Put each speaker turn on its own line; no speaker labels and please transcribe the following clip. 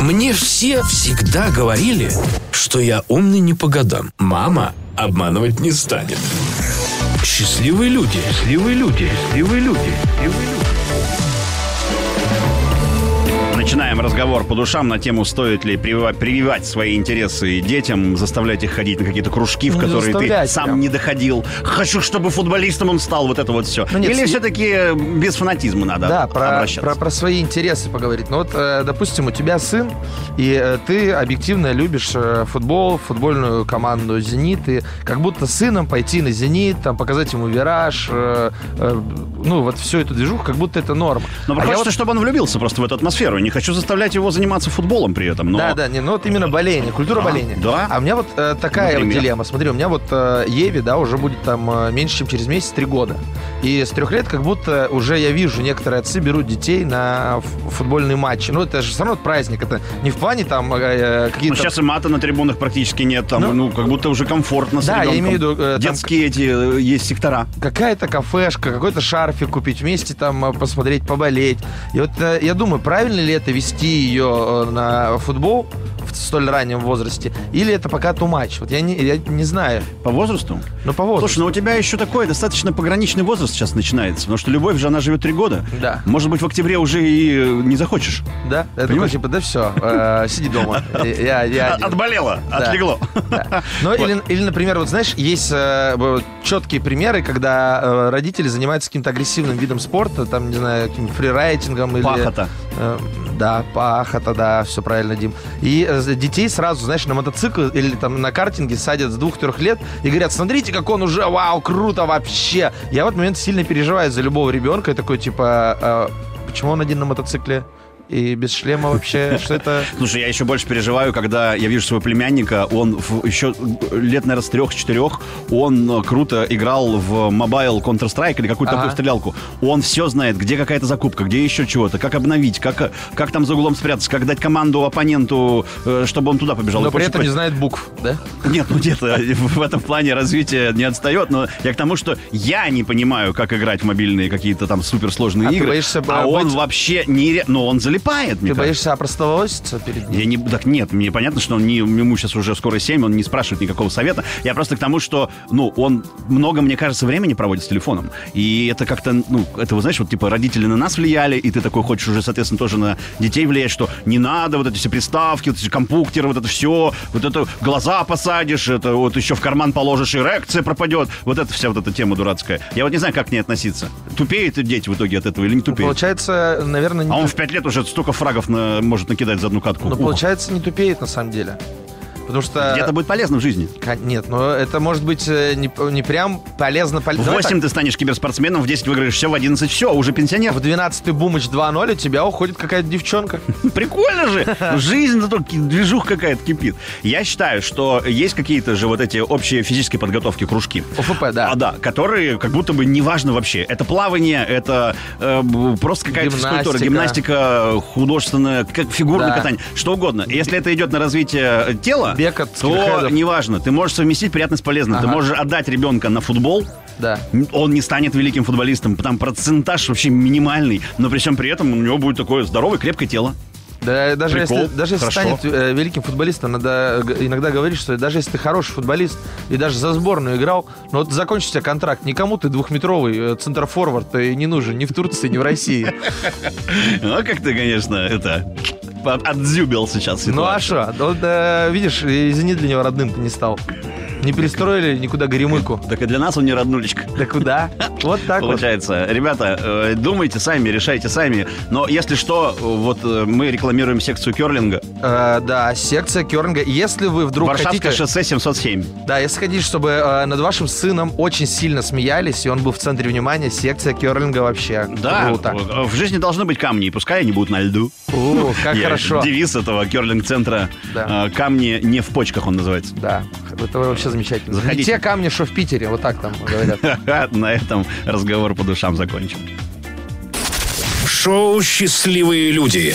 Мне все всегда говорили, что я умный не по годам. Мама обманывать не станет. Счастливые люди.
Счастливые люди. Счастливые люди. Начинаем разговор по душам на тему, стоит ли привива- прививать свои интересы детям, заставлять их ходить на какие-то кружки, в
Не
которые ты
заставлять
сам
прям.
не доходил. Хочу, чтобы футболистом он стал, вот это вот все.
Ну нет,
Или
с-
все-таки без фанатизма надо
Да, про,
обращаться?
про, про свои интересы поговорить. Ну вот, э, допустим, у тебя сын, и э, ты объективно любишь э, футбол, футбольную команду «Зенит», и как будто с сыном пойти на «Зенит», там, показать ему вираж, э, э, ну, вот всю эту движуху, как будто это норма.
Но
А я
хочется,
вот-
Ну, чтобы он влюбился просто в эту атмосферу. Не хочу заставлять его заниматься футболом при этом. Но...
Да, да, не, ну вот именно боление, культура
А,
боления.
да.
А у меня вот э, такая вот
Например?
дилемма. Смотри, у меня вот э, Еве, да, уже будет там э, меньше, чем через месяц, три года. И с трех лет как будто уже я вижу, некоторые отцы берут детей на ф- футбольные матчи. Ну, это же все равно праздник, это не в плане там э,
Ну,
какие-то...
сейчас и мата на трибунах практически нет. Там, ну,
Ну,
как будто уже комфортно с
да, я
ребенком.
имею в виду, э, там-
Детские эти э, есть сектора.
какая-то кафешка, какой-то шарфик купить, вместе там э, посмотреть, поболеть. И вот э, я думаю, правильно ли это вести ее э, на футбол в столь раннем возрасте, или это пока ту матч. Вот я не, я не знаю.
По возрасту?
Но по возрасту.
Слушай, ну у тебя еще такой достаточно пограничный возраст сейчас начинается, потому что любовь же, она живет три года.
Да.
Может быть, в октябре уже и э, не захочешь.
Да, это
Понимаешь?
такой, типа, да все, сиди дома. Я, я
От-
один.
А, Отболело,
Да.
отлегло.
Да. Ну, или, или, например, вот знаешь, есть э, четкие примеры, когда э, родители занимаются каким-то агрессивным видом спорта, там, не знаю, каким фрирайтингом или...
Пахота.
Э, да, пахота, да, все правильно, Дим. И э, детей сразу, знаешь, на мотоцикл или там на картинге садят с двух-трех лет и говорят, смотрите, как он уже, вау, круто вообще. Я в этот момент сильно переживаю за любого ребенка, и такой, типа, э, почему он один на мотоцикле? И без шлема вообще, что это...
Слушай, я еще больше переживаю, когда я вижу своего племянника, он в- еще лет, наверное, с трех-четырех, он э, круто играл в мобайл Counter-Strike или какую-то
Ага.
такую стрелялку. Он все знает, где какая-то закупка, где еще чего-то, как обновить, как, э, как там за углом спрятаться, как дать команду оппоненту, э, чтобы он туда побежал.
Но
и
при
прочее,
этом не
прочее.
знает букв, да?
Нет, ну где-то в этом плане развитие не отстает, но я к тому, что я не понимаю, как играть в мобильные какие-то там суперсложные
А ты
игры,
боишься
а он
быть-
вообще не... Но он залипает, мне
Ты
кажется.
боишься опростоволоситься перед ним? Ну,
Я не, так нет, мне понятно, что он не, ему сейчас уже скоро 7, он не спрашивает никакого совета. Я просто к тому, что, ну, он много, мне кажется, времени проводит с телефоном. И это как-то, ну, это, вот, знаешь, вот типа родители на нас влияли, и ты такой хочешь уже, соответственно, тоже на детей влиять, что не надо, вот эти все приставки, вот эти компьютеры, вот это все, вот это глаза посадишь, это вот еще в карман положишь, эрекция пропадет. Вот это вся вот эта тема дурацкая. Я вот не знаю, как к ней относиться. Тупеют дети в итоге от этого или не
Ну,
тупеют?
Получается, наверное, не
А он
ту-
в 5 лет уже столько фрагов на- может накидать за одну катку.
ну,
Ух.
получается, не тупеет на самом деле. Потому что...
Где-то будет полезно в жизни.
Ка- Нет, но это может быть э, не, не прям полезно. поле-
В
Давай
8 ты станешь киберспортсменом, в 10 выиграешь все, в 11 все, уже пенсионер.
так, В 12 ты бумыч 2-0, у тебя уходит какая-то девчонка.
Прикольно же! Жизнь зато ки- движуха какая-то кипит. Я считаю, что есть какие-то же вот эти общие физические подготовки, кружки.
ОФП,
А,
да.
да, которые как будто бы не важно вообще. Это плавание, это э, б- просто какая-то
Гимнастика.
физкультура, гимнастика, художественная, как фигурное
Да.
катание, что угодно. Если это идет на развитие э, тела,
Бег от
то
скиллхедов.
неважно. Ты можешь совместить приятность полезно. Ты
Ага.
можешь отдать ребенка на футбол,
Да.
он не станет великим футболистом, там процентаж вообще минимальный, но при всем при этом у него будет такое здоровое, крепкое тело.
Да, даже
Прикол.
если, даже если
Хорошо.
станет э, великим футболистом, надо э, г- иногда говорить, что даже если ты хороший футболист и даже за сборную играл, но вот закончится у тебя контракт, никому ты двухметровый э, центр-форвард э, не нужен ни в Турции, ни в России.
Ну, как ты, конечно, это по- отзюбил сейчас
Ну а
ситуацию.
что? Вот, э, видишь, и Зенит для него родным ты не стал. Не перестроили никуда Горемыку.
Так и для нас он не роднулечка.
Да куда? Вот так вот.
Получается, ребята, э, думайте сами, решайте сами. Но если что, э, вот э, мы рекламируем секцию керлинга.
Э, да, секция Кернга. Если вы вдруг
Варшавское
хотите...
шоссе 707.
Да, если хотите, чтобы э, над вашим сыном очень сильно смеялись, и он был в центре внимания, секция Керлинга вообще.
Да,
Круто.
э, в жизни должны быть камни, и пускай они будут на льду.
О, как
Я-
хорошо.
Девиз этого керлинг-центра
Да.
э, «Камни не в почках» он называется.
Да, это вообще замечательно.
Заходите.
Не те камни, что в Питере, вот так там говорят.
На этом разговор по душам закончим.
Шоу «Счастливые люди».